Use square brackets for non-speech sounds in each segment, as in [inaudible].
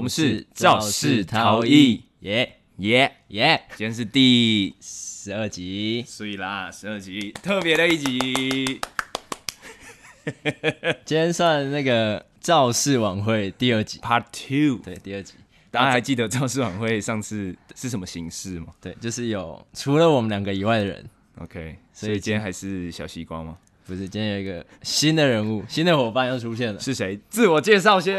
们是肇事逃逸，耶耶！耶，今天是第十二集，所以啦，十二集特别的一集，今天算那个造势晚会第二集， Part Two。对，第二集，大家还记得肇事晚会上次是什么形式吗对，就是有除了我们两个以外的人， ？OK，所所以以今天还是小西瓜吗？不是，今天有一个新的人物，新的伙伴又 [laughs] 出现了，是谁？自我介绍 [laughs] 先，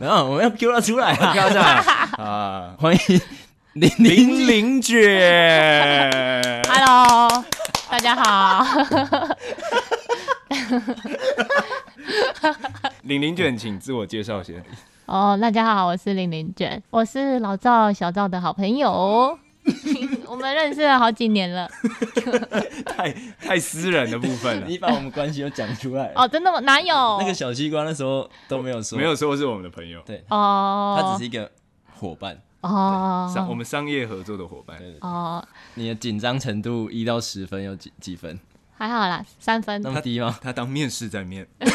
然后我们要 Q 他出来啊， [laughs] 跳上啊！欢迎玲玲，林玲 [laughs] 姐， Hello，大家好。 [laughs] 玲玲卷，请自我介绍先。哦大家好，我是玲玲卷，我是老赵小赵的好朋友， [laughs] 我们认识了好几年 [laughs] 了。 [laughs] 太太私人的部分了，你把我们关系都讲出来了，哦，真的吗？哪有？那个小西瓜那时候都没有说，没有说是我们的朋友，对，哦，他只是一个伙伴，商我哦们商业合作的伙伴。哦，你的紧张程度一到十分有几几分？还好啦，三分那，么低吗？他当面试在面，呃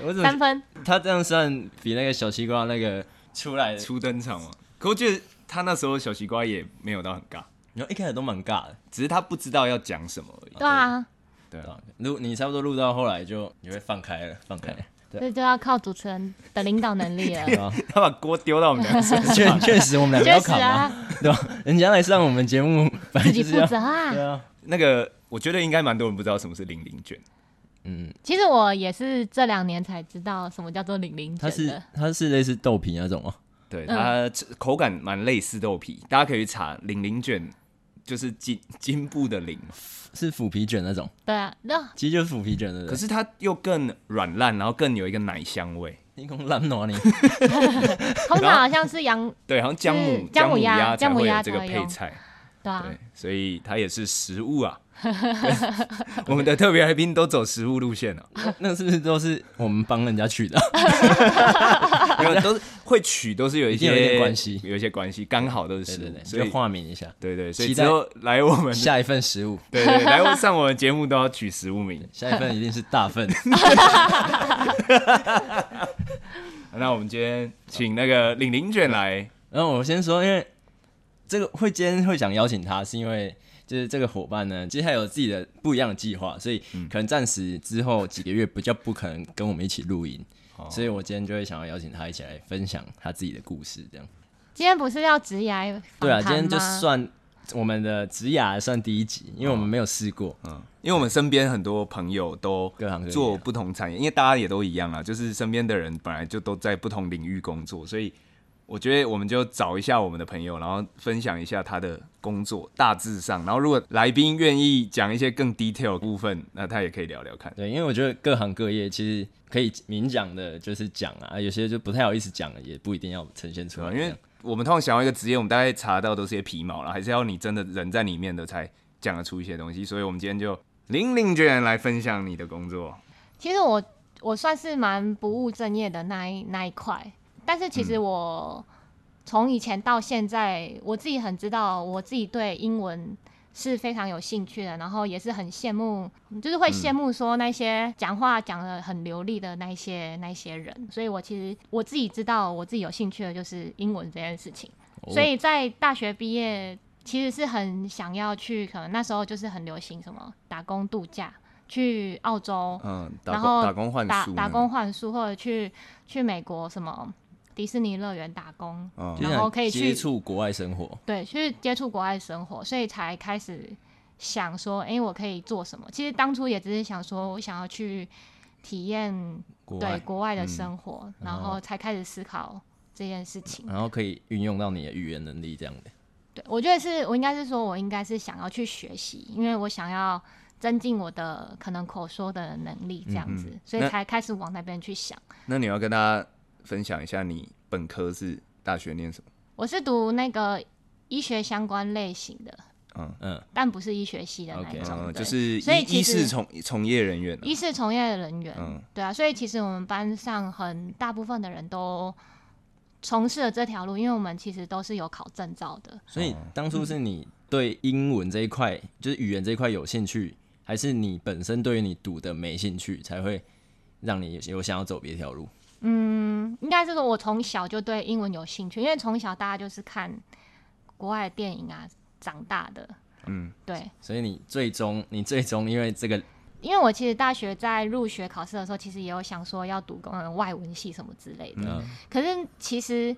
我怎么三分。他这样算比那个小西瓜那个出来的，初登场嘛。可我觉得他那时候小西瓜也没有到很尬，然后一开始都蛮尬的，只是他不知道要讲什么而已。对啊，对对啊，吧录你差不多录到后来就你会放开了，放开了，对，啊这就要靠主持人的领导能力了。他把锅丢到我们俩身上。确确实我们两个确要实扛啊，啊，对吧？人家来上我们节目，本来 [laughs] 自己就是负要，责啊 [laughs] 对。啊， [laughs] 那个，我觉得应该蛮多人不知道什么是零零卷，嗯，其实我也是这两年才知道什么叫做玲玲他卷是的。他是类似豆皮那种哦，对嗯它口感蛮类似豆皮，大家可以去查零零卷，就是金金布的零嘛。是腐皮卷那种，对啊， [laughs] 那其实就是腐皮卷的。可是它又更软烂，然后更有一个奶香味。你讲烂哪 [laughs] 里？通常好像是羊，对，好像姜母是嗯姜母母鸭鸭才姜母会有鸭这个才会配用菜。对啊，对，所以它也是食物 [laughs] 啊。 [laughs] 我们的特别来宾都走食物路线啊了、那是不是都是我们帮人家取的？ [laughs] 没有都是会取，都是有一一些定有一点关系有一些关系，刚好都是对食对物对，，所以就化名一下，对对，所以期之待后来我们 [laughs] 下一份食物，对对来上我们节目都要取食物名。下一份一定是大份。那我们今天请那个玲玲卷来，然后我先说，因为这个会今天会想邀请他，是因为就是这个伙伴呢，其实他有自己的不一样的计划，所以嗯可能暂时之后几个月比较不可能跟我们一起录音，哦所以我今天就会想要邀请他一起来分享他自己的故事，这样。哦今天不是要职涯访对啊，谈今天就吗算我们的职涯算第一集，因为我们没有试过，嗯，因为我们身边很多朋友都各行各业啊做不同产业，因为大家也都一样啊，就是身边的人本来就都在不同领域工作，所以我觉得我们就找一下我们的朋友，然后分享一下他的工作大致上，然后如果来宾愿意讲一些更 detail 的部分，那他也可以聊聊看。对，因为我觉得各行各业其实可以明讲的，就是讲啊，有些就不太好意思讲，也不一定要呈现出对吧？啊来，因为我们通常想要一个职业，我们大概查到都是些皮毛了，还是要你真的人在里面的才讲得出一些东西。所以我们今天就零零卷来分享你的工作，其实我我算是蛮不务正业的那一那一块，但是其实我从以前到现在，我自己很知道我自己对英文是非常有兴趣的，然后也是很羡慕，就是会羡慕说那些讲话讲的很流利的那一些那一些人，所以我其实我自己知道我自己有兴趣的就是英文这件事情。哦所以在大学毕业，其实是很想要去，可能那时候就是很流行什么打工度假，去澳洲，嗯，打然工后打工换打宿，打工，换宿，或者去去美国什么迪士尼乐园打工，嗯，就然后可以想接去触国外生活，对，去接触国外生活，所以才开始想说，哎、我可以做什么？其实当初也只是想说我想要去体验国对外国外的嗯哦生活，然然后后才开始思考这件事情。然后可以运用到你的语言能力这样的。对，我觉得是我应该是说，我应该是想要去学习，因为我想要增进我的可能口说的能力这样子，所嗯那以才开始往那边去想。那你要跟大家分享一下你本科是大学念什么？我是读那个医学相关类型的，嗯嗯，但不是医学系的那一 OK 种嗯，对就是所以医其医实事从从业人员啊、医事从业的人员，嗯对啊，所以其实我们班上很大部分的人都从事了这条路，因为我们其实都是有考证照的。所哦以当初是你对英文这一块，就是语言这一块有兴趣，还是你本身对于你读的没兴趣，才会让你有想要走别条路？嗯，应该是说我从小就对英文有兴趣，因为从小大家就是看国外的电影啊长大的。嗯，对，所以你最终你最终因为这个因为我其实大学在入学考试的时候，其实也有想说要读嗯外文系什么之类的。嗯可是其实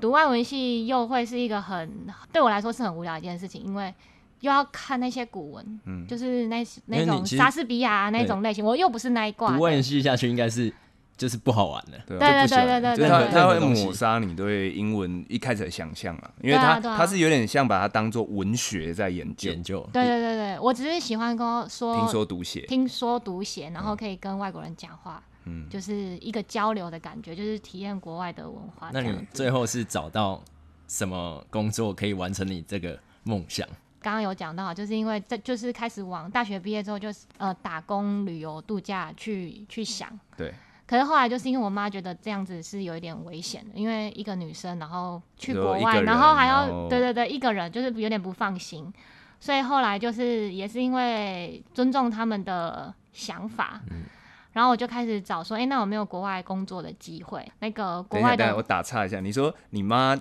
读外文系又会是一个很对我来说是很无聊的一件事情，因为又要看那些古文，嗯就是那因那为你种其实莎士比亚、啊、那种类型，我又不是那一挂读的。外系下去应该是就是不好玩了。对对啊，对就不喜欢对对就对是任何它对，它任何会东西抹杀你对英文一开始的想象啊，因为对啊它对啊它是有点像把它当做文学在研究，研究对对对对，我只是喜欢跟我说听说读写，听说读写，然后嗯可以跟外国人讲话，嗯，就是一个交流的感觉，就是体验国外的文化这那样你子。最后是找到什么工作可以完成你这个梦想？刚刚有讲到，就是因为这就是开始往大学毕业之后，就是呃打工、旅游、度假去去想。对，可是后来就是因为我妈觉得这样子是有一点危险的，因为一个女生然后去就国一外，个然人后还然后要对对对一个人，就是有点不放心。所以后来就是也是因为尊重他们的想法，嗯然后我就开始找说，哎、那有没有国外工作的机会？那个国等一下外等一下，我的打岔一下，你说你妈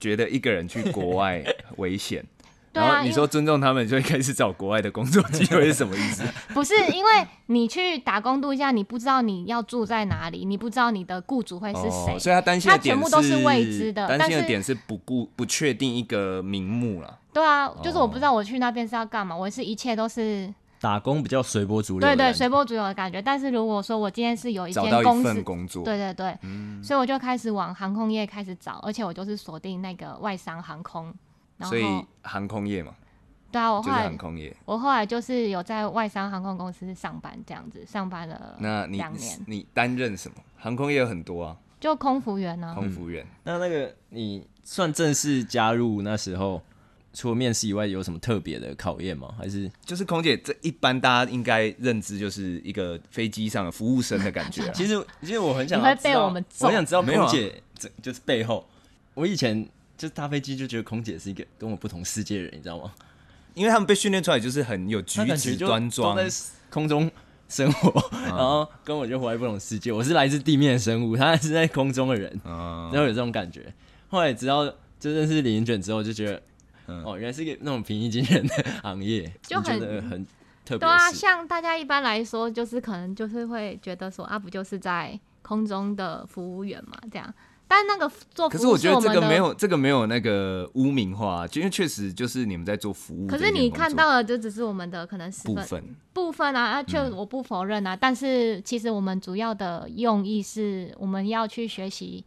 觉得一个人去国外危险， [laughs] 对然啊，后你因为说尊重他们，就会开始找国外的工作机会是什么意 [laughs] 思？不是因为你去打工度假，你不知道你要住在哪里，你不知道你的雇主会是谁。哦所以他担心的它点全部都是未知的担但心的是点是不顾不确定一个名目了。对啊，就是我不知哦道我去那边是要干嘛，我是一切都是打工比较随波逐流对的感觉，对随波逐流的感觉。但是如果说我今天是有一找间到公一司份，工作，嗯对对对，所以我就开始往航空业开始找，而且我就是锁定那个外商航空。然后所以航空业嘛，对啊，我就是后来航空业。我后来就是有在外商航空公司上班，这样子上班了那你两年，你担任什么？航空业有很多啊，就空服员呢、空服员。那那个你算正式加入那时候，除了面试以外，有什么特别的考验吗？还是就是空姐，这一般大家应该认知就是一个飞机上的服务生的感 [laughs] 觉、啊。其实其实我很想你会要知道被我们揍我想知道没有啊空姐这就是背后。我以前就是搭飞机就觉得空姐是一个跟我不同世界的人，你知道吗？因为他们被训练出来就是很有 [laughs] 举她感觉止就端庄嗯都，在空中生活，然后跟我就活在不同世界。我是来自地面的生物，她是在空中的人。嗯，然后有这种感觉。后来直到就认识林卷之后，就觉得，嗯哦，原来是一个那种平易近人的 [laughs] 行业，就你觉很得很特别对啊，是像大家一般来说，就是可能就是会觉得说啊，不就是在空中的服务员嘛，这样。但那个做服可务是我觉得们这个的没，有这个没有那个污名化、啊，就因为确实就是你们在做服务可这是件工作。你看到的就只是我们的可能十部分分，嗯部分啊，啊，确我不否认啊，但是其实我们主要的用意是我们要去学习，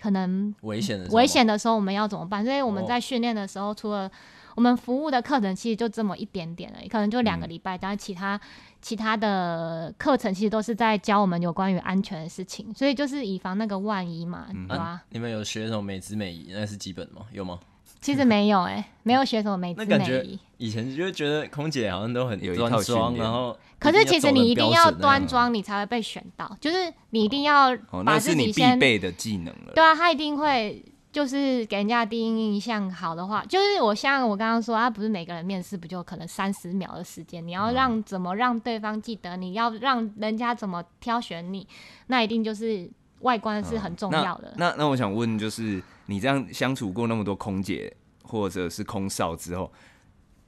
可能危险的时候危险的时候我们要怎么办？所以我们哦在训练的时候，除了我们服务的课程其实就这么一点点而已，可能就两嗯个礼拜，但是其他其他的课程其实都是在教我们有关于安全的事情，所以就是以防那个万一嘛，对吧、啊。你们有学什么美姿美仪？那是基本的吗？有吗？其实没有哎、没有学什么美姿那感美觉仪，以前就觉得空姐好像都很有一套端训庄，练然后可是其实你一定要走得很标端准庄，你才会被选到，就是你一定要哦，把那自是己你必先备的技能了。对啊，他一定会就是给人家第一印象好的话，就是我像我刚刚说，啊他不是每个人面试不就可能三十秒的时间，你嗯要让怎么让对方记得，你要让人家怎么挑选你，那一定就是外观是很重要的。嗯那那那我想问，就是你这样相处过那么多空姐或者是空少之后，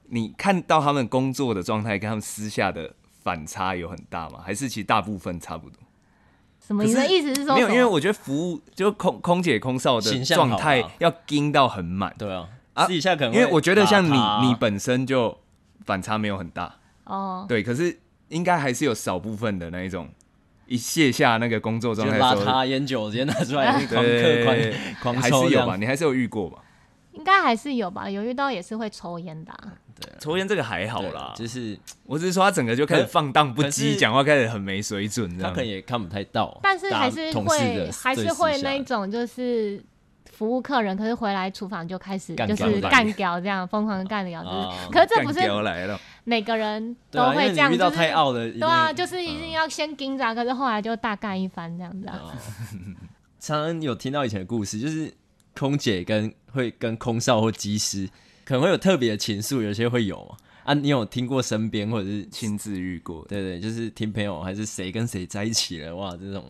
你看到他们工作的状态跟他们私下的反差有很大吗？还是其实大部分差不多？什么？你可的是意思是说没有，什因为么我觉得服务就空空姐空少的形象好状啊态要盯到很满，对啊，啊私底下可能因为啊我觉得像会打他你，你本身就反差没有很大，哦，对，可是应该还是有少部分的那一种。一卸下那个工作状就态拉的时候，他烟酒直接拿出来 [laughs] 狂对嗑 [laughs] 狂狂还抽是这有样吧？你还是有遇过吧？应该还是有吧，有遇到也是会抽烟的啊、抽烟这个还好对啦，就是我只是说他整个就开始放荡不可是羁，讲话开始很没水准这他样可。能也看不太到，但是大家还是同事会的还最是私会下那的种就是服务客人，可是回来厨房就开始干就掉是来干掉这样疯狂地干掉，就是、哦可是这不干是掉来了，每个人对都啊，因为会这你样，遇到就是太傲的，一定嗯对啊，就是一定要先盯着啊，可是后来就大干一番这样子啊。哦常常有听到以前的故事，就是空姐跟会跟空少或机师可能会有特别的情愫，有些会有嘛啊。你有听过身边或者是 [laughs] 亲自遇过的。对对，就是听朋友还是谁跟谁在一起了哇，这种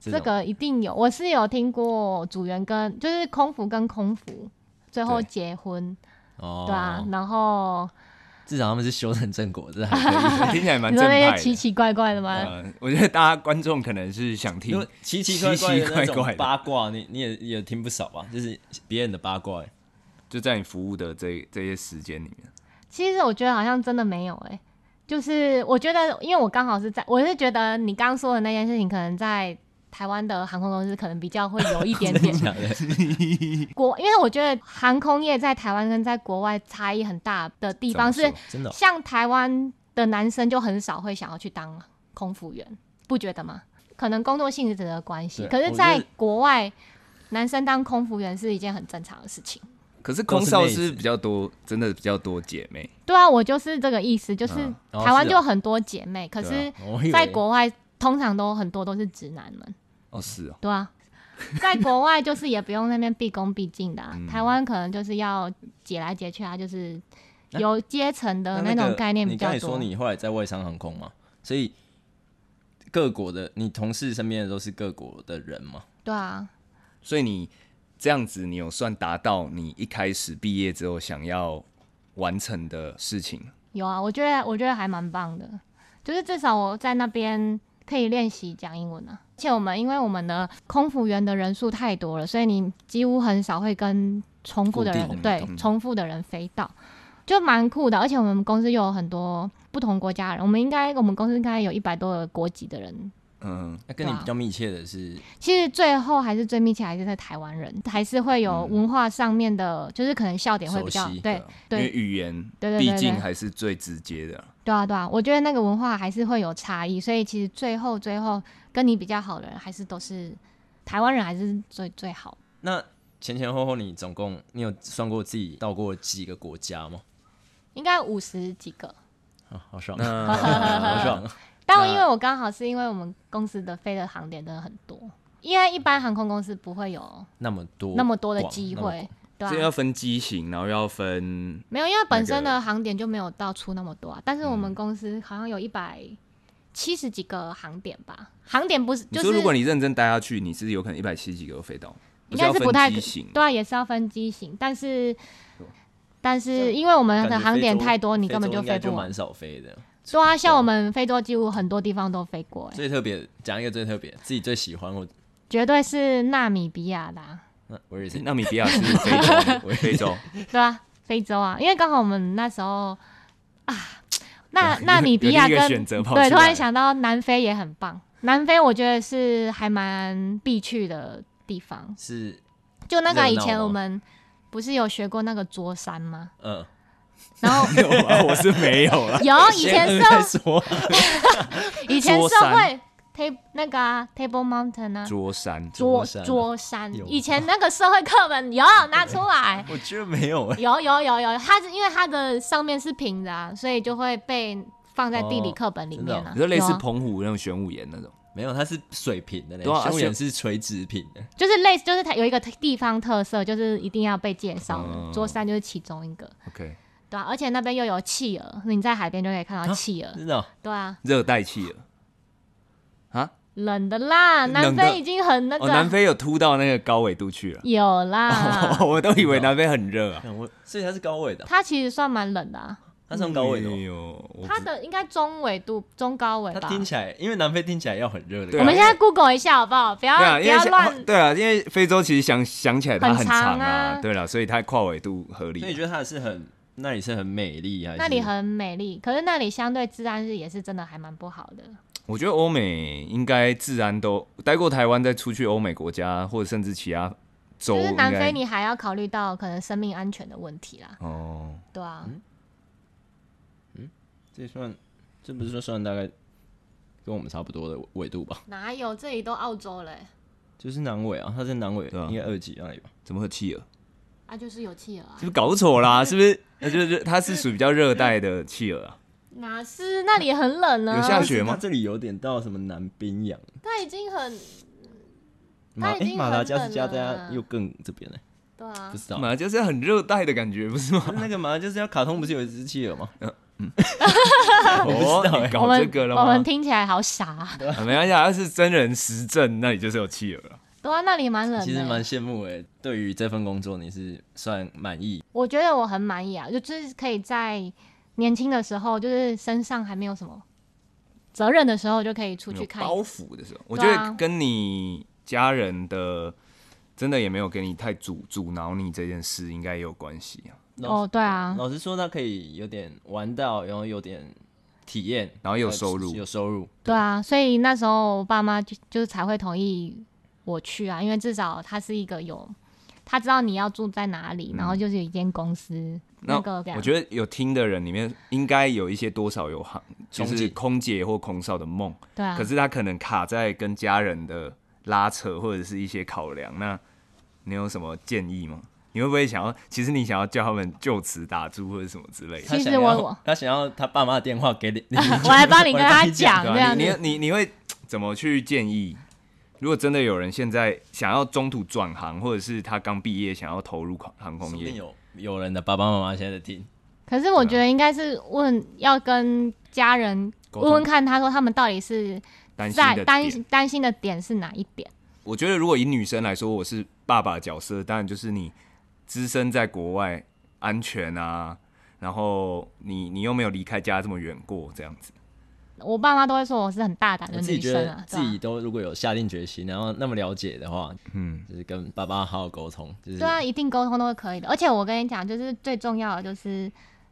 这这种个一定有，我是有听过组员跟就是空服跟空服最后对结婚，哦，对啊，然后至少他们是修成正果，这还 [laughs] 可以。听起来蛮你正说那派些的。奇奇怪怪的嗯吗？呃，我觉得大家观众可能是想因听为，奇 [laughs] 奇怪怪的那奇奇怪怪种的八卦，你你也也听不少吧？就是别人的八卦，欸就在你服务的这这些时间里面，其实我觉得好像真的没有哎、就是我觉得，因为我刚好是在，我是觉得你刚说的那件事情，可能在台湾的航空公司可能比较会有一点点 [laughs] 真的假的？国，因为我觉得航空业在台湾跟在国外差异很大的地方怎么是，说真的哦像台湾的男生就很少会想要去当空服员，不觉得吗？可能工作性质的关系，对可我是觉在得国外，男生当空服员是一件很正常的事情。可是都空是少妹子是比较多，真的比较多姐妹。对啊，我就是这个意思，就是嗯哦台湾是哦啊就很多姐妹，可是我以为在国外通常都很多都是直男们，哦，是哦，对 [laughs] 啊，在国外就是也不用那边毕恭毕敬的啊、嗯台湾可能就是要解来解去啊，就是有阶层的那呃那种概念比你刚较才多。说你后来在外商航空嘛，所以各国的你同事身边的都是各国的人嘛？对啊，所以你这样子，你有算达到你一开始毕业之后想要完成的事情吗？有啊，我觉得我觉得还蛮棒的，就是至少我在那边可以练习讲英文啊。而且我们因为我们的空服员的人数太多了，所以你几乎很少会跟重复的固人定对嗯重复的人飞到，就蛮酷的。而且我们公司有很多不同国家的人，我们应该我们公司应该有一百多个国籍的人。嗯，那跟你对啊比较密切的是，其实最后还是最密切还是在台湾人，还是会有文化上面的，就是可能笑点会比较熟悉啊对因为对语言对对对毕对竟还是最直接 [laughs] 的啊、对啊，对啊，我觉得那个文化还是会有差异，所以其实最后最后跟你比较好的人，还是都是台湾人，还是最最好。那前前后后你总共你有算过自己到过几个国家吗？应该五十几个，啊，好爽， [laughs] [laughs] 啊呃好那爽！啊但那我因为我刚好是因为我们公司的飞的航点真的很多，因为一般航空公司不会有那么多那么多的广机那么会，对这要啊，分机型，然后又要分没有，因为本身那嗯的航点就没有到出那么多啊。但是我们公司好像有一百七十几个航点吧，航点不是你就说，是如果你认真待下去，你是有可能一百七几个都飞到，应是该要是不太分可机型，对啊，也是要分机型，但是但是因为我们感的觉航非点洲太多，你非根本洲就应该飞不完蛮。少飞的。对啊，像我们非洲几乎很多地方都飞过、欸，最特别讲一个最特别，自己最喜欢我，绝对是纳米比亚的啊、那我也是 [laughs] 诶纳米比亚是非洲，非洲，对啊，非洲啊，因为刚好我们那时候啊， [laughs] 那有纳米比亚有另一个跟选择跑对，出突然来想到南非也很棒，南非我觉得是还蛮必去的地方，是就那热个以闹前吗哦我们不是有学过那个桌 [laughs] 山吗？嗯，然后有啊我是没有啦。有哦以前先社再说， [laughs] 以前桌社山会 table 那个、啊、table mountain [laughs] 啊，桌山，桌桌山啊桌山有，，以前那个社会课本有拿出来我觉得没有哎，有有有有，它是因为它的上面是平的、啊，所以就会被放在地理课本里面哦啊。你说类有似啊澎湖那种玄武岩那种，没有，它是水平的嘞，对啊啊胸水眼是垂直平的，就是类似，就是它有一个地方特色，就是一定要被介绍的。嗯桌山就是其中一个， OK，对啊，而且那边又有企鹅，你在海边就可以看到企鹅，真的哦。对啊，热带企鹅啊，冷的啦，冷南的非已经很那哦，个、啊南非有哦凸到那个高纬度去了，有啦， [laughs] 我都以为南非很热 [laughs] 啊。看我，所以它是高位的啊，它其实算蛮冷的、啊，它算高位的哎哦。呦我它不的应该中纬度、中高纬它吧。听起来，因为南非听起来要很热的对啊感我们觉，现在 Google 一下好不好？不要、对啊，不因为要像乱。对啊，因为非洲其实想想起来它很很长啊，啊对了，所以它跨纬度合所以你理。啊觉得它是很，那里是很美丽还是？那里很美丽，可是那里相对治安是也是真的还蛮不好的。我觉得欧美应该治安都待过台湾，再出去欧美国家或者甚至其他州，就是应南该非你还要考虑到可能生命安全的问题啦，哦，对啊，嗯这算，这不是说算大概跟我们差不多的纬度吧？哪有这里都澳洲嘞、就是南纬啊，它是南纬对啊，应该二级那里吧？怎么会有企鹅？啊就是有企鹅啊是不，是搞错啦？是不是？ [laughs] 那就是它是属于比较热带的企鹅啊。哪是那里很冷呢、有下雪吗它这里有点到什么南冰洋，它已经很马已经诶马达加斯加很冷了啊加又更这边呢，对啊不，知道。 [laughs] 马来就是很热带的感觉，不是吗？那个马达加斯加卡通不是有一只企鹅吗？我不知道哦你哎、搞我这们个了欸我吗们？听起来好傻、啊，啊没关系，啊，要是真人实证，那你就是有企鹅了。对啊，那里蛮冷的、其实蛮羡慕哎、对于这份工作你是算满意？我觉得我很满意啊，就就是可以在年轻的时候，就是身上还没有什么责任的时候，就可以出没去有看一包袱的时候，我觉对啊得跟你家人的真的也没有给你太阻阻挠你这件事，应该也有关系啊。哦，对啊，老实说，他可以有点玩到，然后有点体验，然后也有呃收入有收入。对啊，所以那时候我爸妈就就是才会同意我去啊，因为至少他是一个有他知道你要住在哪里，然后就是有一间公司那个给嗯他我觉得有听的人里面，应该有一些多少有行，就憧是憬空姐或空少的梦，对啊，可是他可能卡在跟家人的拉扯或者是一些考量。那你有什么建议吗？你会不会想要？其实你想要叫他们就此打住或者什么之类的？他其实想要我我他想要他爸妈的电话给你， [laughs] 我还帮你我跟还帮他你讲讲对啊，这样你你子，你你会怎么去建议？如果真的有人现在想要中途转行，或者是他刚毕业想要投入航航说空不定业，有有人的爸爸妈妈现在在听，可是我觉得嗯应该是问要跟家人沟通问问看，他说他们到底是担心在的担点，担心的点是哪一点？我觉得如果以女生来说，我是爸爸角色，当然就是你只身在国外，安全啊，然后你你又没有离开家这么远过，这样子。我爸妈都会说我是很大胆我的自己女觉生得啊，自对己啊都如果有下定决心，然后那么了解的话，嗯，就是跟爸爸好好沟通，就是对啊，一定沟通都是可以的。而且我跟你讲，就是最重要的就是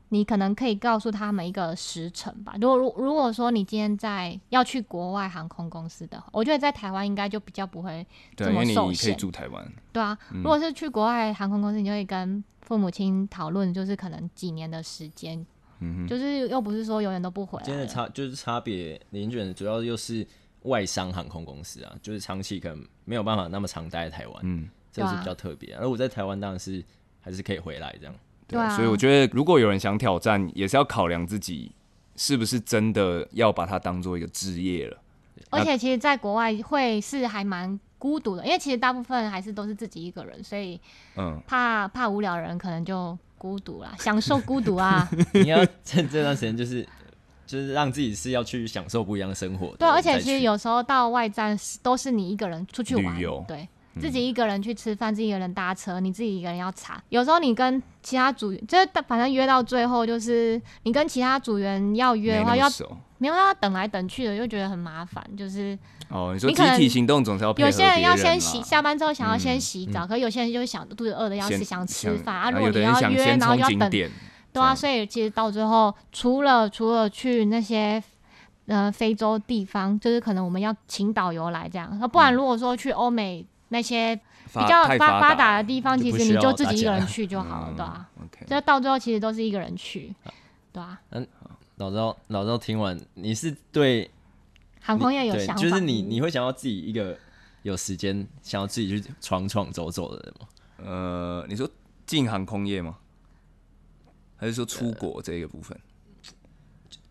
你可能可以告诉他们一个时辰吧。如果如如果说你今天在要去国外航空公司的话，我觉得在台湾应该就比较不会对，这因么为你受可以限。住台湾，对啊，嗯如果是去国外航空公司，你就会跟父母亲讨论，就是可能几年的时间，嗯就是又不是说永远都不回来今天的了。差就是差别，林卷主要又是外商航空公司啊，就是长期可能没有办法那么常待在台湾，嗯，这个对是啊比较特别、啊。而我在台湾当然是还是可以回来这样，对啊所以我觉得如果有人想挑战，也是要考量自己是不是真的要把它当做一个职业了。而且其实，在国外会是还蛮孤独的，因为其实大部分还是都是自己一个人，所以嗯，怕怕无聊的人可能就孤独啦， [laughs] 享受孤 [laughs] 独啊。 [laughs] 你要趁这段时间就是就是让自己是要去享受不一样的生活的。对，而且再去其实有时候到外站是都是你一个人出去玩旅游，嗯对。自己一个人去吃饭，自己一个人搭车，你自己一个人要查。有时候你跟其他组，就是反正约到最后，就是你跟其他组员要约没的那话，要么熟。没有要等来等去的，就觉得很麻烦。就是哦，你说你集可能体行动总是要配合有些人别要先嘛洗，下班之后想要先洗澡，可是有些人就是想肚子饿的要嗯先死，想吃饭啊。然如后果有的你人要想约，先然后冲就要景等点，对啊，样所以其实到最后，除了除了去那些呃非洲地方，就是可能我们要请导游来这样，不然嗯如果说去欧美那些比发较太发发达的了地方，就其不实需你要就自己大一个家嗯人去就好了，对啊。 OK，这到最后其实都是一个人去，对啊。老赵老赵听完，你是对航空业有对想法，就是你你会想要自己一个有时间想要自己去闯闯走走的人吗？呃，你说进航空业吗？还是说出呃国这个部分？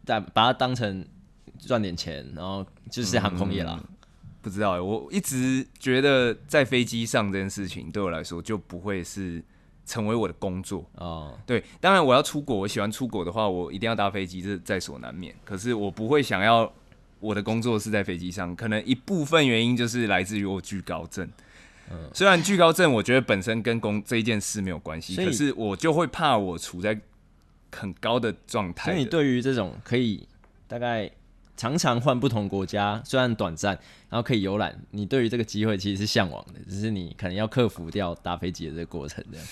但把它当成赚点钱，然后就是航空业啦。不知道欸，我一直觉得在飞机上这件事情对我来说就不会是成为我的工作。哦，对，当然我要出国，我喜欢出国的话，我一定要搭飞机，这在所难免。可是我不会想要我的工作是在飞机上，可能一部分原因就是来自于我惧高症。嗯虽然惧高症我觉得本身跟工这一件事没有关系，所以可是我就会怕我处在很高的状态所的。以你对于这种可以大概常常换不同国家，虽然短暂，然后可以游览，你对于这个机会其实是向往的，只是你可能要克服掉搭飞机的这个过程这样。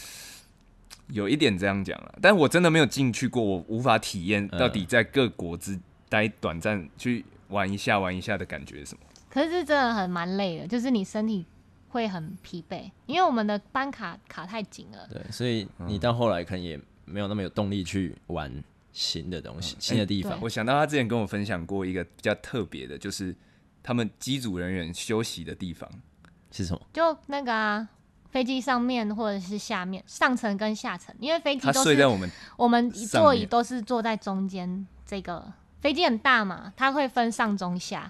有一点这样讲了，但我真的没有进去过，我无法体验到底在各国之待短暂去玩一下玩一下的感觉是什么。可是真的很蛮累的，就是你身体会很疲惫，因为我们的班卡卡太紧了。对，所以你到后来可能也没有那么有动力去玩新的东西、新的地方哎对。我想到他之前跟我分享过一个比较特别的，就是他们机组人员休息的地方。是什么？就那个啊，飞机上面或者是下面，上层跟下层，因为飞机他都睡在是哎我们我们一上座椅面都是坐在中间这个。飞机很大嘛，它会分上中下，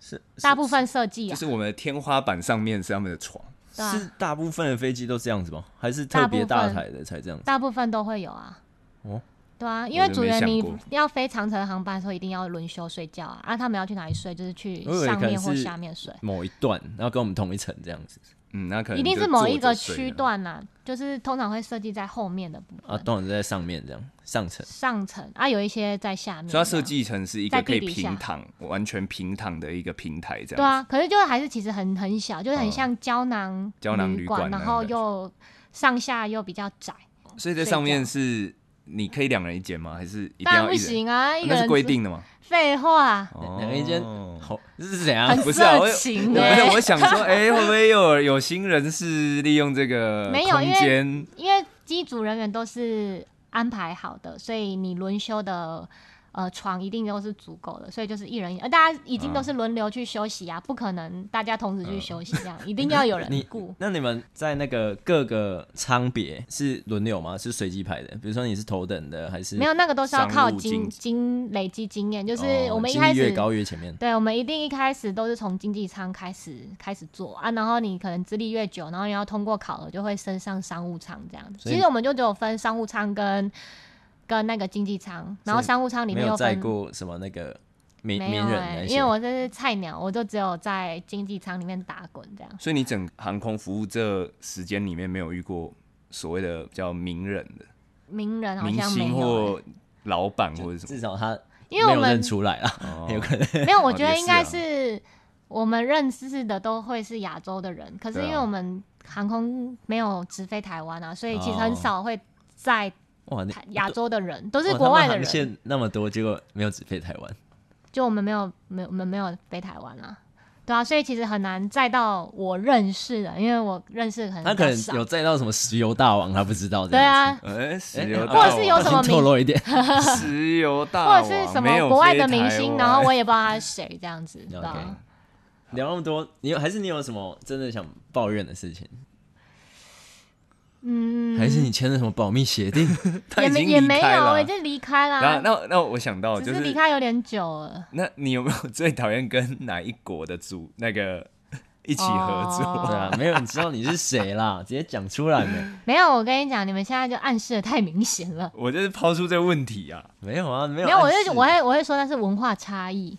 是大部分设计就啊，是我们的天花板上面是他们的床，对啊是大部分的飞机都这样子吗？还是特别大大部分台的才这样子？大部分都会有啊。哦对啊，因为就组没员想你过要飞长程航班的时候，一定要轮休睡觉啊。啊，他们要去哪里睡，就是去我以为上可能面或是下面睡，某一段，然后跟我们同一层这样子嗯，那可能一定就是某坐一着个睡啊区了，段啦、就是通常会设计在后面的部啊，分，当然是在上面这样上层。上层啊，有一些在下面这所以它样。设计成是一在个地可以底下平躺、完全平躺的一个平台这样。哦对，啊，可是就还是其实很很小，就是很像胶囊胶囊旅馆，馆那啊然种后感觉又上下又比较窄，所以在上面是你可以两人一间吗？还是一定当然要不一人？哦行啊，一个那人是规住。定的吗？废话，两个一间哦好，这是怎样嗯很？不是啊，我色情我欸我想说，哎、会不会有有心人士利用这个没有因空为间？因为机组人员都是安排好的，所以你轮休的呃床一定都是足够的，所以就是一人一，呃，大家已经都是轮流去休息啊，不可能大家同时去休息这样，一定要有人你顾。那你们在那个各个舱别是轮流吗？是随机排的？比如说你是头等的还是没有那个都是要靠商务经经经累积经验，就是哦我们一经开历始越高越前面，对，我们一定一开始都是从经济舱开始开始做啊，然后你可能资历越久，然后你要通过考核，就会升上商务舱这样子。所以其实我们就只有分商务舱跟跟那个经济舱，然后所以商务舱里没面有又载分过什么那个名没有名人欸那些因为我这是菜鸟，我就只有在经济舱里面打滚这样。所以你整航空服务这时间里面没有遇过所谓的比较名人的名人好明像没星有欸、或老板或者什么？至少他因为我没有认们出来啊啦， [laughs] 哦有可能没有，我哦觉得也应是该啊是我们认识的都会是亚洲的人，可是对因啊为我们航空没有直飞台湾啊，所以其实很哦少会在哇，你台亚洲的人，都都哦是国外的航人，线那么多，结果没有只飞台湾，就我们没有没有我们没有飞台湾啊。对啊，所以其实很难载到我认识的，因为我认识很他可很能少。有载到什么石油大王，他不知道这对样啊， [laughs] 哎、石子。油大或者是有王什么已经透露一点， [laughs] 石油大或王，者是什没么有国外飞的明台星，湾然后我也不知道他是谁，这样子，对啊吧、 OK 聊那么多，你有还是你有什么真的想抱怨的事情？嗯，还是你签了什么保密协 [laughs] 定？ [laughs] 他也已没经也离没开有，了我啊。已经离开然后啦，那那我想到就只是是离开有点久了。那你有没有最讨厌跟哪一国的组那个一起合作？ [laughs] 哦对啊，没有人知道你是谁啦，直接讲出来没？ [laughs] 没有，我跟你讲，你们现在就暗示的太明显了。我就是抛出这个问题啊，没有啊，没有没暗有，我示。就我会我会说那是文化差异。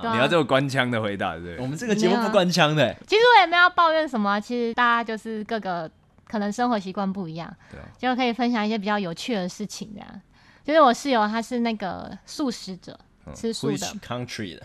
对啊你要这么官腔的回答，对不我对？们这个节目不关枪 [laughs] 的、欸，其实我也没有抱怨什么啊，其实大家就是各个可能生活习惯不一样，对啊就可以分享一些比较有趣的事情这样。就是我室友他是那个素食者，嗯吃素 Which 的 country 的？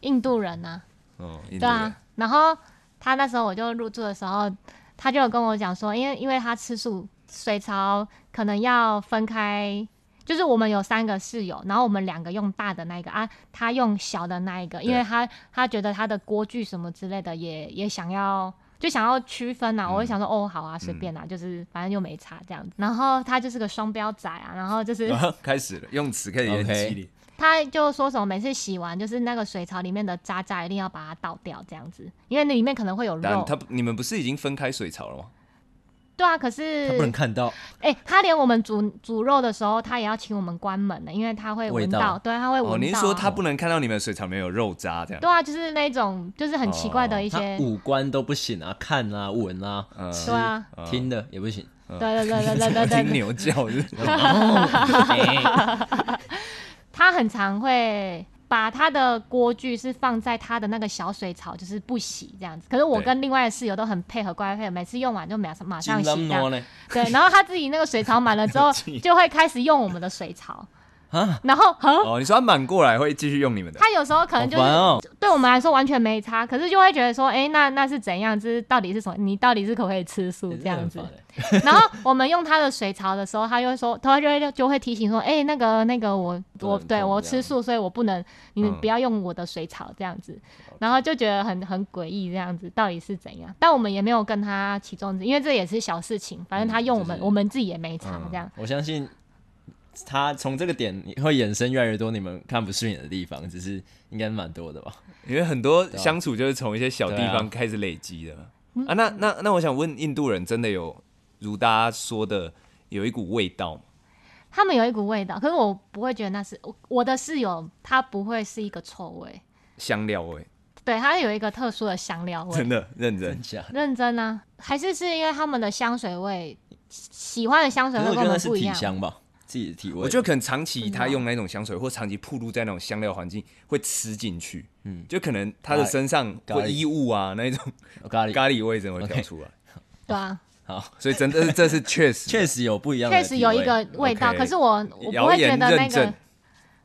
印度人啊呐、哦，印度对啊人。然后他那时候我就入住的时候，他就有跟我讲说，因为因为他吃素，水槽可能要分开。就是我们有三个室友，然后我们两个用大的那一个啊，他用小的那一个，因为他他觉得他的锅具什么之类的也也想要，就想要区分呐、嗯我就想说，哦，好啊，随便啦、就是反正又没差这样子。然后他就是个双标仔啊，然后就是 [laughs] 啊开始了，用词开始演 OK 激烈。他就说什么每次洗完就是那个水槽里面的渣渣一定要把它倒掉，这样子，因为那里面可能会有但肉。他你们不是已经分开水槽了吗？对啊，可他不能是看到，哎、他连我们煮煮肉的时候，他也要请我们关门的，因为他会闻味道对，他会哎闻到、哦，你是说他？不能看到你们水槽里面有肉渣这样？对啊，就是那种就是很奇怪的一他些，五官都不行啊，看啊，闻啊，嗯吃对啊，听的也不行。对对对对对对听对，牛 [laughs] 叫是不是哦 [laughs] 哎他很常会。把他的锅具是放在他的那个小水槽，就是不洗这样子。可是我对，跟另外的室友都很配合，乖乖配合，每次用完就马上马上洗这样挪。呢？对，然后他自己那个水槽满了之 [laughs] 后气就会开始用我们的水槽啊，然后啊，哦，你说他满过来会继续用你们的？他有时候可能就是、好烦哦对我们来说完全没差，可是就会觉得说，哎，那那是怎样？这是到底是什么？你到底是可不可以吃素这样子真的？很烦欸然后我们用他的水槽的时候，他就会说，他就会就会提醒说，哎，那个那个我不能我对碰我这吃样素，所以我不能，你嗯不要用我的水槽这样子。然后就觉得很很诡异这样子，到底是怎样？但我们也没有跟他起争执，因为这也是小事情，反正他用我嗯们，就是我们自己也没差嗯这样。我相信他从这个点你会衍生越来越多你们看不顺眼的地方，只是应该蛮多的吧？因为很多相处就是从一些小地对方开始累积的嘛嗯啊。那那那我想问，印度人真的有如大家说的有一股味道吗？他们有一股味道，可是我不会觉得那是我我的室友，他不会是一个臭味，香料味，对，他有一个特殊的香料真味。的认真真。假？认真啊，还是是因为他们的香水味，喜喜欢的香水可是味我觉跟得那们是不一体样。香吧，自己的体味。我觉得可能长期哦他用那种香水，或长期暴露在那种香料环境，会吃进去。嗯，就可能他的身上咖喱或衣物啊那一种哦咖喱咖喱味怎么会飘出来？对啊，好，所以真的是这是确实 [laughs] 确实有不一样的体确味，实有一个味道， OK 可是我我不谣会觉言得那认个证，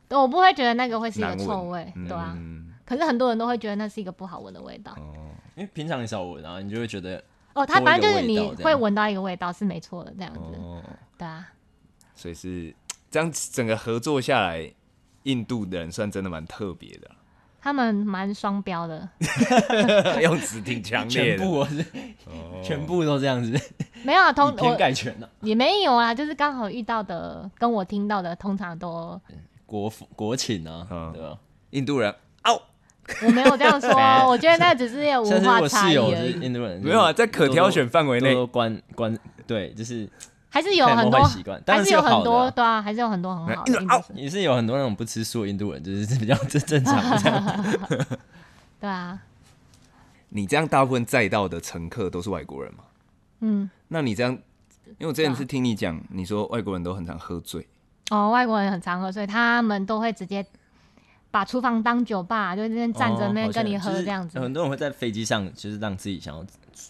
对我不会觉得那个会是一个难闻臭味，对啊。嗯可是很多人都会觉得那是一个不好闻的味道。哦，因为平常你少闻啊，你就会觉得哦，它多一个反正就味道是你这样会闻到一个味道是没错的，这样子，哦，对啊。所以是这样，整个合作下来，印度人算真的蛮特别的啊，[laughs] 他们蛮双标的，用词挺强烈全的，部我是、哦全部都这样子，没有啊通以偏我概全了、啊。也没有啊，就是刚好遇到的，跟我听到的通常都国服国情啊，嗯对吧？印度人哦，我没有这样说哦 Bad，我觉得那只是有像文是化我差室异友而是已，印度 [laughs] 人，没有啊，在可挑选范围多内，多关关对，就是还是有看很有没多有坏习惯，当还然是是有有好很的多啊对啊，还是有很多很好的印度啊人，也是有很多那种不吃素的印度人，就是比较这正常这样。对啊，你这样大部分载到的乘客都是外国人嘛？嗯，那你这样，因为我之前对啊是听你讲，你说外国人都很常喝醉，哦，外国人很常喝，所以他们都会直接把厨房当酒吧，就在那边 [laughs] 站哦着那边好跟像你就喝是嗯这样子。很多人会在飞机上，就是让自己想要，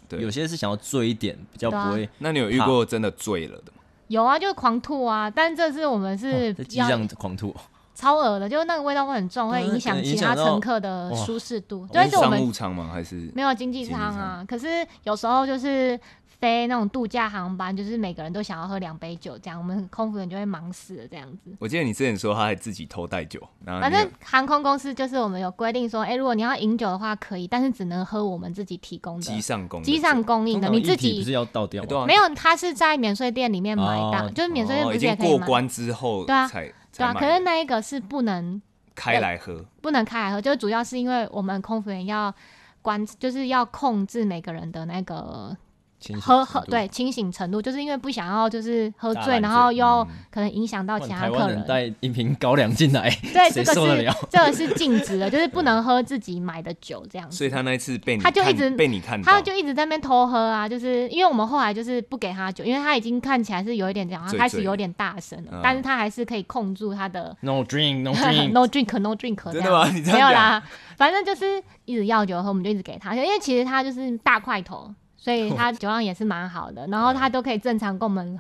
对，有些是想要醉一点，比较对啊不会。那你有遇过真的醉了的吗？有啊，就狂吐啊，但这次我们是哦在机要上狂吐，超恶的，就是那个味道会很重，会对那影响可能其影他响到乘客的舒适度。对，是就我商们务舱吗？还是没有经济舱啊，可是有时候就是飞那种度假航班，就是每个人都想要喝两杯酒这样，我们空服员就会忙死了这样子。我记得你之前说他还自己偷带酒，然后反啊你有正航空公司就是我们有规定说，哎、如果你要饮酒的话可以，但是只能喝我们自己提供机的、上供的机上酒供应的，通常 [laughs] 你自一体不是己要倒掉哎吗？对啊，没有，它是在免税店里面买到，哦就是免税店哦不已是也经可以过买？关之后对啊才对才啊，可是买那一个是不能开来喝，不能开来喝，就是主要是因为我们空服员要关，就是要控制每个人的那个清醒喝程喝度，对清醒程度，就是因为不想要就是喝大醉，烂然醉后又可能影响到不其然他台客湾人人。带一瓶高粱进来，对，这谁个受得是了？这个是禁止的，就是不能喝自己买的酒这样所子。以他那一次被你他就看一直被你看到哦他，就一直在那边偷喝啊，就是因为我们后来就是不给他酒，因为他已经看起来是有一点这样，他醉开始醉有的点大声了，嗯但是他还是可以控住他的 No drink, [laughs] [laughs] no drink。 no drink, no drink，这真样的吗？你这没有样讲，啦，反正就是一直要酒喝，我们就一直给他，因为其实他就是大块头，所以他酒量也是蛮好的，然后他都可以正常跟我们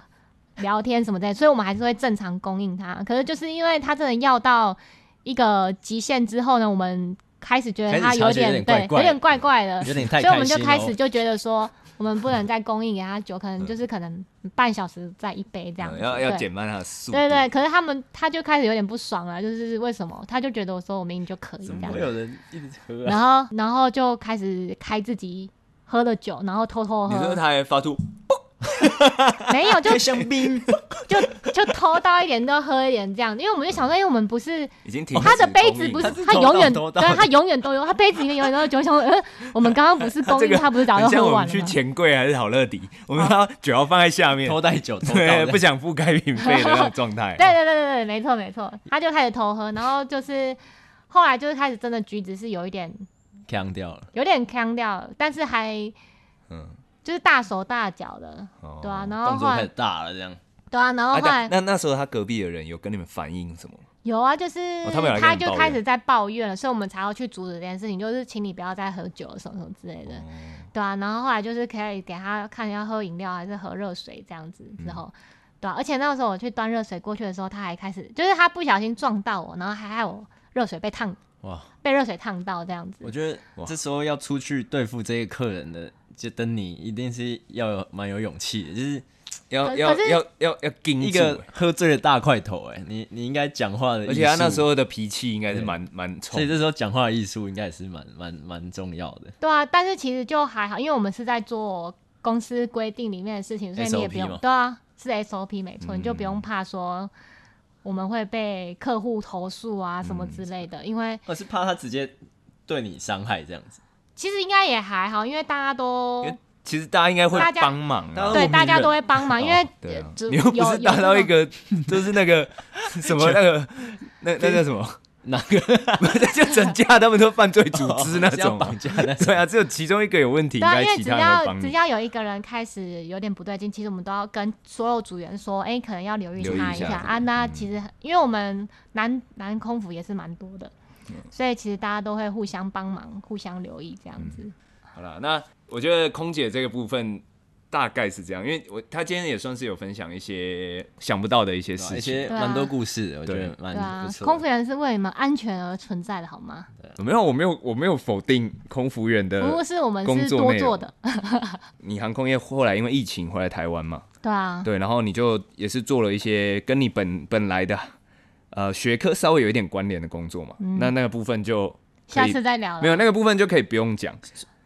聊天什么之类，所以我们还是会正常供应他。可是就是因为他真的要到一个极限之后呢，我们开始觉得他有开点始察觉有点怪对，怪有点怪怪的，有点太所以我们开就心开了始哦。就觉得说，我们不能再供应给他酒，可能就是可能半小时再一杯这样嗯子，要要对减慢他的速度，对对，可是他们他就开始有点不爽了，就是为什么？他就觉得我说我明明就可以这怎么样会，有人一直喝啊？然后然后就开始开自己喝的酒，然后偷偷你说喝，他还发出没有就开香槟， [laughs] 就就偷到一点都喝一点这样，因为我们就想说，因为我们不是已经停止供哦他应了，的杯子不他是他偷永远到偷对到他永远都有，他杯子里面永远都有酒，想说呃我们刚刚不是供 [laughs] 这应，个他不是早就很像喝我们完了哦去吗？钱柜还是好乐迪，我们要酒要放在下面， [laughs] 偷带酒，偷对，带不想付该品费的那种状态。 [laughs] 对对对对对，没错没错，他就开始偷喝，然后就是后来就是开始真的举止是有一点呛掉了。有点腔调，但是还嗯，就是大手大脚的，哦对啊，。然后动后作太来大了，这样对啊，然后啊后来那那那时候他隔壁的人有跟你们反映什么？有啊，就是哦他们有来跟他你就抱开怨始在抱怨了，所以我们才要去阻止这件事情，就是请你不要再喝酒了什么什么之类哦的，对啊，然后后来就是可以给他看要喝饮料还是喝热水这样子之后。嗯对、啊，而且那个时候我去端热水过去的时候，他还开始，就是他不小心撞到我，然后还害我热水被烫，哇！被热水烫到这样子。我觉得这时候要出去对付这些客人的，就等你一定是要有蛮有勇气的，就是要可要可是要要要盯一住、个欸喝醉的大块头、哎，你你应该讲话的艺术，而且他那时候的脾气应该是对蛮蛮冲所以，这时候讲话的艺术应该也是蛮蛮蛮重要 [laughs] 的。对啊，但是其实就还好，因为我们是在做公司规定里面的事情，所以你也不 SOP 用吗对啊，是 SOP 没错，你就不嗯用怕说我们会被客户投诉啊什么嗯之类的，因为我是怕他直接对你伤害这样子，其实应该也还好，因为大家都因为其实大家应该会大家帮忙、大家啊。对都大家明都了会帮忙，因为对啊呃只你又不有是大有到一 [laughs] 这种个，就是那个什么那个那那叫什么哪个 [laughs] 就整架他们都犯罪组织那哦是要种啊。绑架那 [laughs] 种对啊，只有其中一个有问题，应对啊，该因为其只他人会要帮只你。要有一个人开始有点不对劲，其实我们都要跟所有组员说，哎、可能要留意留意他一下嗯下这啊。那其实很因为我们男男空服也是蛮多的，嗯所以其实大家都会互相帮忙、互相留意这样嗯子。好啦，那我觉得空姐这个部分大概是这样，因为我她今天也算是有分享一些想不到的一些啊一事情。些蛮多故事的，我觉得蛮啊对啊不，错的。空服员是为你们安全而存在的好吗？没有，我没有，我没有否定空服员服务的。是我们呃工是作多内做容的，你航空业后来因为疫情回来台湾嘛，对啊，对，然后你就也是做了一些跟你本本来的呃学科稍微有一点关联的工作嘛。嗯那那个部分就可下以次再聊了。没有那个部分就可以不用讲。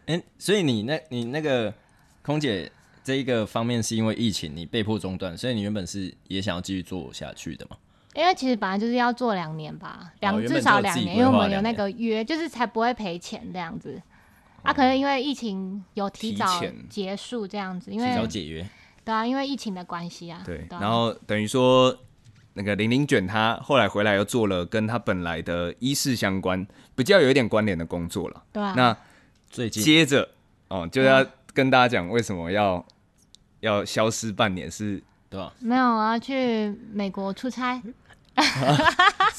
哎、所以你那你那个空姐这一个方面是因为疫情你被迫中断，所以你原本是也想要继续做下去的嘛？因为其实本来就是要做两年吧，哦两、原本至少就两自己年，规因为我划们两有那年个约，就是才不会赔钱这样子。啊，可能因为疫情有哦提提早前结束这样子，因提早为解约，对啊，因为疫情的关系啊。对，啊然后等于说那个零零卷他后来回来又做了跟他本来的医事相关比较有一点关联的工作了。对啊，那最近接着哦，就要跟大家讲为什么嗯要要消失半年是对吧？没有啊，去美国出差，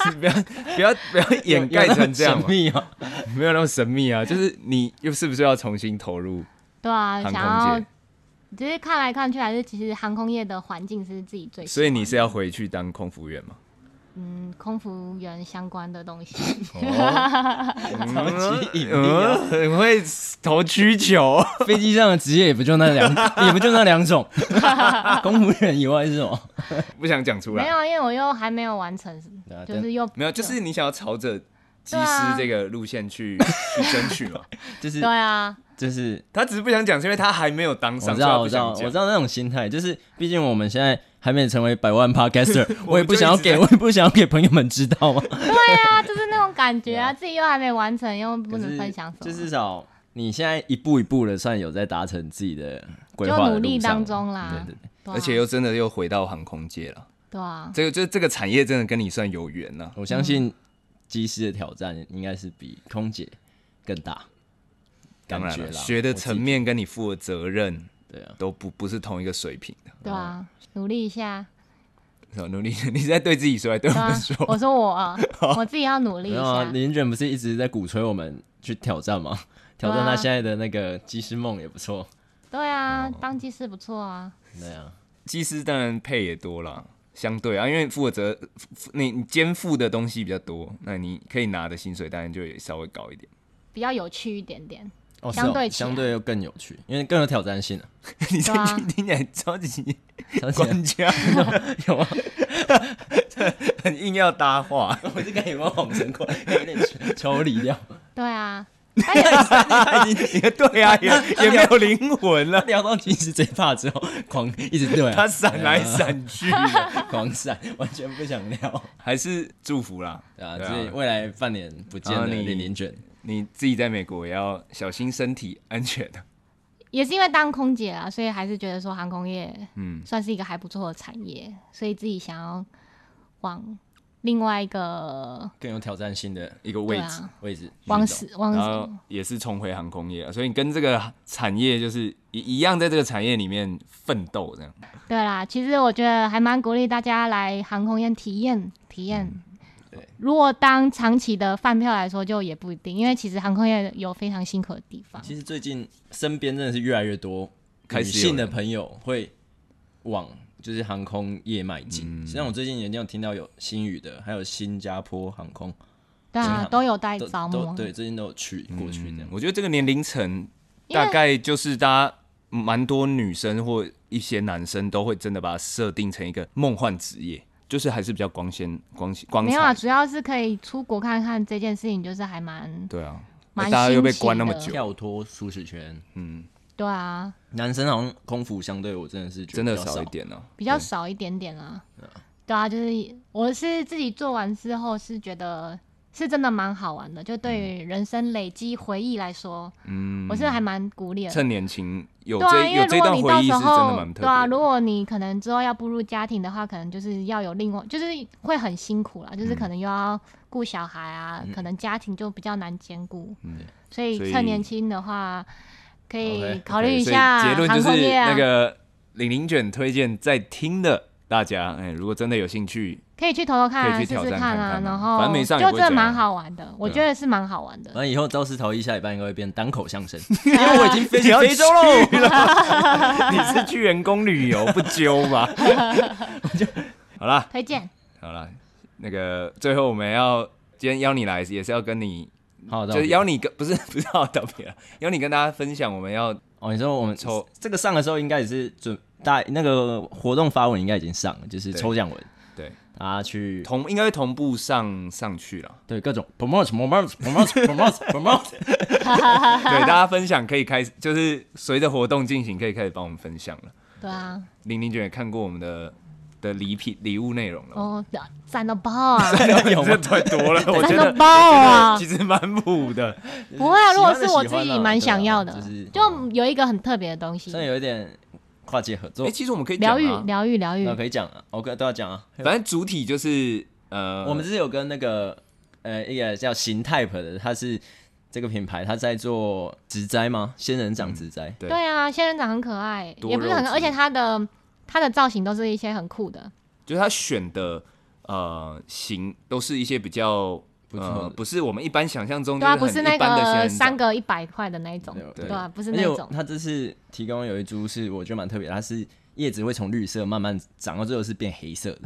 是不要 [laughs] 不要不要掩盖成这样有那嘛么神，秘哦、 [laughs] 没有那么神秘啊，就是你又是不是要重新投入对啊，航想要空界？只是看来看去，还是其实航空业的环境是自己最喜所以你欢是要回去当空服员 [laughs] 吗？嗯空服员相关的 [laughs] 东西。超级隐秘啊！嗯，很会投曲球。飞机上的职业也不就那两，也不就那两种，公务员以外是什么？ [laughs] 不想讲出没来。有啊，因为我又还没有完成对啊，就但是又没有，就是你想要朝着机对师啊这个路线去、 [laughs] 去争取嘛。就是对啊，就是他只是不想讲，是因为他还没有当我上，知所以他道，不我知道，想我讲知道那种心态，就是毕竟我们现在还没成为百万 podcaster，我也不想 [laughs] 要我给，们就一直在我也不想要给朋友们知道嘛。对啊，就是那种感觉啊，自己又还没完成，又不能分享什么，就至少你现在一步一步的算有在达成自己的规就划的努路力上当中啦。对对对，对啊而且又真的又回到航空界了。对啊，这个就这个产业真的跟你算有缘啊呐、我相信机师的挑战应该是比空姐更大，当感然觉了，啦，学的我自己层面跟你负的责任对啊，都不不是同一个水平的。对啊，努力 [laughs] 一下，是吧努力，你是在对自己说，还是对我对啊们说，，哦我 [laughs] 说我啊我自己要努力没一有啊下，，林卷不是一直在鼓吹我们去挑战吗？挑战他对啊现在的那个机师梦也不错，对啊，哦当技师不错啊，对啊，技师当然配也多啦，相对啊，因为负责负你你肩负的东西比较多，那你可以拿的薪水当然就也稍微高一点。比较有趣一点点，哦，是相哦对起来相对又更有趣，因为更有挑战性 [laughs] 了。 [laughs] 你这对啊句听起来超级挑战性官腔，有吗？ [laughs] 很硬要搭话。 [laughs] 我是跟你们红神怪有点抽抽离掉，对啊，他已经对啊，也也没有灵魂了，聊到其实这一趴之后，狂一直对他啊，闪来闪去的。 [laughs] 狂闪，完全不想聊。还是祝福啦，对啊，所以未来半年不见然的啊后你零零卷，你自己在美国也要小心身体安全的。也是因为当空姐啊，所以还是觉得说航空业嗯，算是一个还不错的产业，所以自己想要往另外一个更有挑战性的一个位对置，啊，位置。往运动死往然后也是重回航空业啊，所以你跟这个产业就是一一样，在这个产业里面奋斗这样。对啦，其实我觉得还蛮鼓励大家来航空业体验体验。嗯对如果当长期的饭票来说，就也不一定，因为其实航空业有非常辛苦的地方。其实最近身边真的是越来越多开女始有性的人朋友会往就是航空业迈嗯进。像我最近也有听到有新宇的，还有新加坡航空，真对啊好，都有在都招都募。啊对，最近都有去过去这样嗯。我觉得这个年龄层因为大概就是大家蛮多女生或一些男生都会真的把它设定成一个梦幻职业，就是还是比较光鲜光光没有啊，彩。主要是可以出国看看这件事情，就是还蛮对啊，蛮大家又被新奇关那么的久，跳脱舒适圈，嗯，对啊，男生好像空腹相对我真的是觉得真的比较少少一。点呢、啊。比较少一点点啦。对啊，就是我是自己做完之后是觉得是真的蛮好玩的，就对嗯于人生累积回忆来说，嗯，我是还蛮鼓励的。趁年轻有啊对啊，这因为有如这果段你到回忆时是真的候蛮，特对啊，别如的。果你可能之后要步入家庭的话，可能就是要有另外，就是会很辛苦啦，就嗯是可能又要顾小孩啊，可能家庭就比较难兼顾，嗯所以所以趁年轻的话，可以 OK，考虑 OK，一所以下结论航就是空业啊，那个玲玲卷推荐在听的大家，哎，如果真的有兴 [laughs] 趣，可以去投投看可啊，以去试挑试战看啊看，啊然后反正没上也就不会真的怎样啊蛮好玩的，我觉得是蛮好玩的反。正以后招式逃逸下礼拜应该会变单口相 [laughs] 声，因为我已经飞去非洲 [laughs] 喽，你是去员工旅游不揪 [laughs] 吧？好啦，推荐，好啦，那个最后我们要今天邀你来，也是要跟你，好的，就是邀你跟不是不是好特别了，邀你跟大家分享我们要哦，你说我们抽抽这个上的时候，应该也是准大那个活动发文应该已经上了，就是对抽奖文，对大家啊去同应该会同步上上去了。对各种 promote promote [laughs] promote promote promote，对，大家分享可以开始，就是随着活动进行，可以开始帮我们分享了。对啊，玲玲姐也看过我们的的礼品礼物内容了吗，哦， [laughs] 赞到爆啊，有吗这太多了， [laughs] 我赞觉到得爆 [laughs] 啊其！实蛮补的。 [laughs] 不会啊，喜如果欢是的我喜自欢己啊蛮对想啊要的，就是就有一个很特别的东西虽，然有一点跨界合哎、作，其实我们啊可以讲哦疗愈啊，疗愈疗愈那，可以讲啊，OK 都要讲啊。反正主体就是呃，我们之前有跟那个呃一个叫邢 type 的，他是这个品牌，他在做植栽吗？仙人掌植栽，对对啊，仙人掌很可爱，多也不是很可肉爱，质而且它的它的造型都是一些很酷的，就是他选的呃型都是一些比较不错呃，的不是我们一般想象中对啊，就不是是很那一般的仙个人掌三个一百块的那一嗯种，对对啊，不是而那且我种，它这次提供有一株是我觉得蛮特别的，它是叶子会从绿色慢慢长到最后是变黑色的，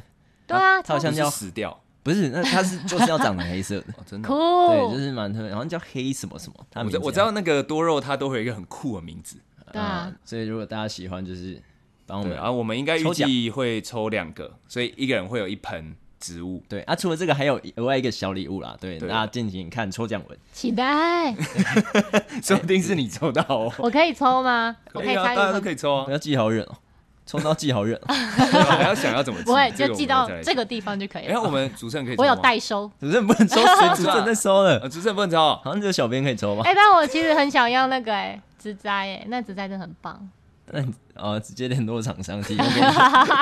对啊，它好超像不是叫死掉，不是，那它是就是要长成黑色的 [laughs] 哦，真的。对，就酷，是蛮特别，好像叫黑什么什么，它我名知字我知道那个多肉它都会有一个很酷的名字，对嗯啊，所以如果大家喜欢，就是帮我对，啊们然后我们应该预抽奖计会抽两个，所以一个人会有一盆植物。对啊，除了这个还有额外一个小礼物啦，对，啊对大家敬请看抽奖文，期待，说不定是你抽到哦。我可以抽吗？我可以啊，参大家都 [laughs] 与可吗，以抽不啊，要记好远哦，抽到记好远哦， [laughs] 对啊还要想要怎么寄，不会这就个寄我们到再来这。个地方就可以哎，了。我们主持人可以，哦我有，代收，主持人不能抽，谁主持人在收了？呃，主持人不能抽哦，好像只有小编可以抽吧？哎，但我其实很想要那个哎植栽哎，那植栽真的很棒，那你啊，直接联络厂商提供给你。 [laughs]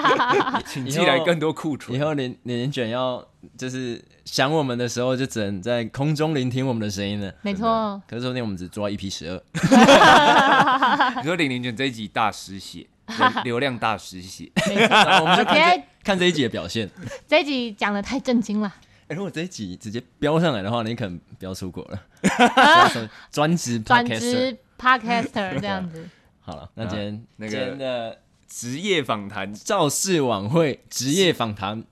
请以寄来后更多库以存。后连连卷要就是想我们的时候，就只能在空中聆听我们的声音了。没错，可是说不定我们只做到一 P 十二， [laughs] 你说零零卷这一集大失血， [laughs] 流流量大失血， [laughs] 我们就 [laughs] 我看觉得这看这一集的表现。这一集讲的太震惊了。哎、如果这一集直接飙上来的话，你可能飙出国 [laughs] 了，专职专职转 podcaster。职 [laughs] podcaster 这样子，好了，那今天、那个啊今天的职业访谈造势晚会职业访谈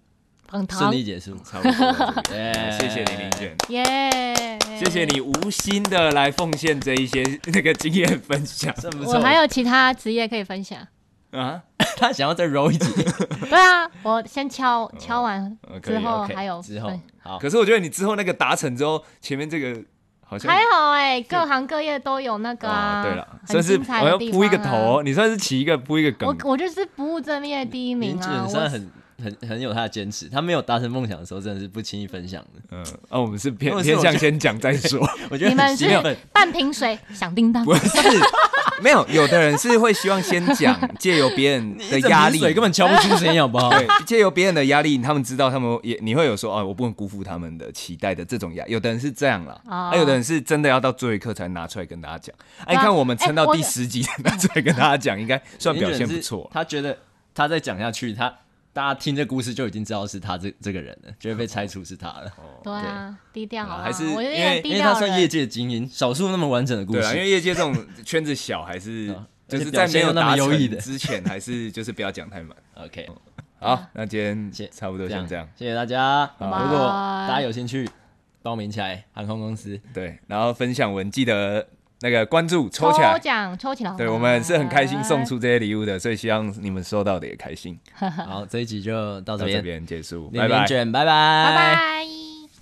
捧顺糖，利结束，差不多到这里。 [laughs] 耶谢谢玲玲卷，耶！哎谢谢你无心的来奉献这一些那个经验分 [laughs] 享这不错我还有其他职业可以分享。啊。他想要再 roll 一集，对啊，我先敲敲完哦可以之后 OK，还有之后分好，可是我觉得你之后那个达成之后，前面这个好像还好哎，各行各业都有那个啊。哦对了，很算是精彩我的要地铺一个方啊头，。哦你算是起一个铺一个梗我。我就是服务正业第一名林啊卷！我 [laughs] 算很很很有他的坚持，他没有达成梦想的时候，真的是不轻易分享 [laughs] 的。嗯，啊，我们是偏如果是偏我向就先讲再说，我觉你得们很 [laughs] 是兴奋，半瓶水响叮当不，是没有，有的人是会希望先讲，借由别人的一整压瓶力，水根本瞧不出声音，好不好？ [laughs] 对，借由别人的压力，他们知道他们也你会有说啊，我不能辜负他们的期待的这种压，有的人是这样啦，哦啊，有的人是真的要到最后一刻才拿出来跟大家讲，哎，对啊你看我们撑哎到我第十集才拿出来跟大家讲，应该算表现不错，他觉得他再讲下去，他大家听这故事就已经知道是他这这个人了，就会被猜出是他了。对啊，低调好不好还是我就因为点因低为他调的算业人。界精英，少数那么完整的 [laughs] 故对啊，因事。为业界这种圈子小，还 [laughs] 是啊就而是且在表没现有又那么达优异成的之前，还是 [laughs] 就是不要讲太满。 OK，好，那今谢天差不多先这样，，谢谢大家。拜如拜果大家有兴趣，报名起来航空公司。对，然后分享文记得那个关注抽起抽来。奖抽起来，对我们是很开心送出这些礼物的，所以希望你们收到的也开心。好，这一集就到这到这边，边结束，连拜连拜。卷，拜拜拜。拜。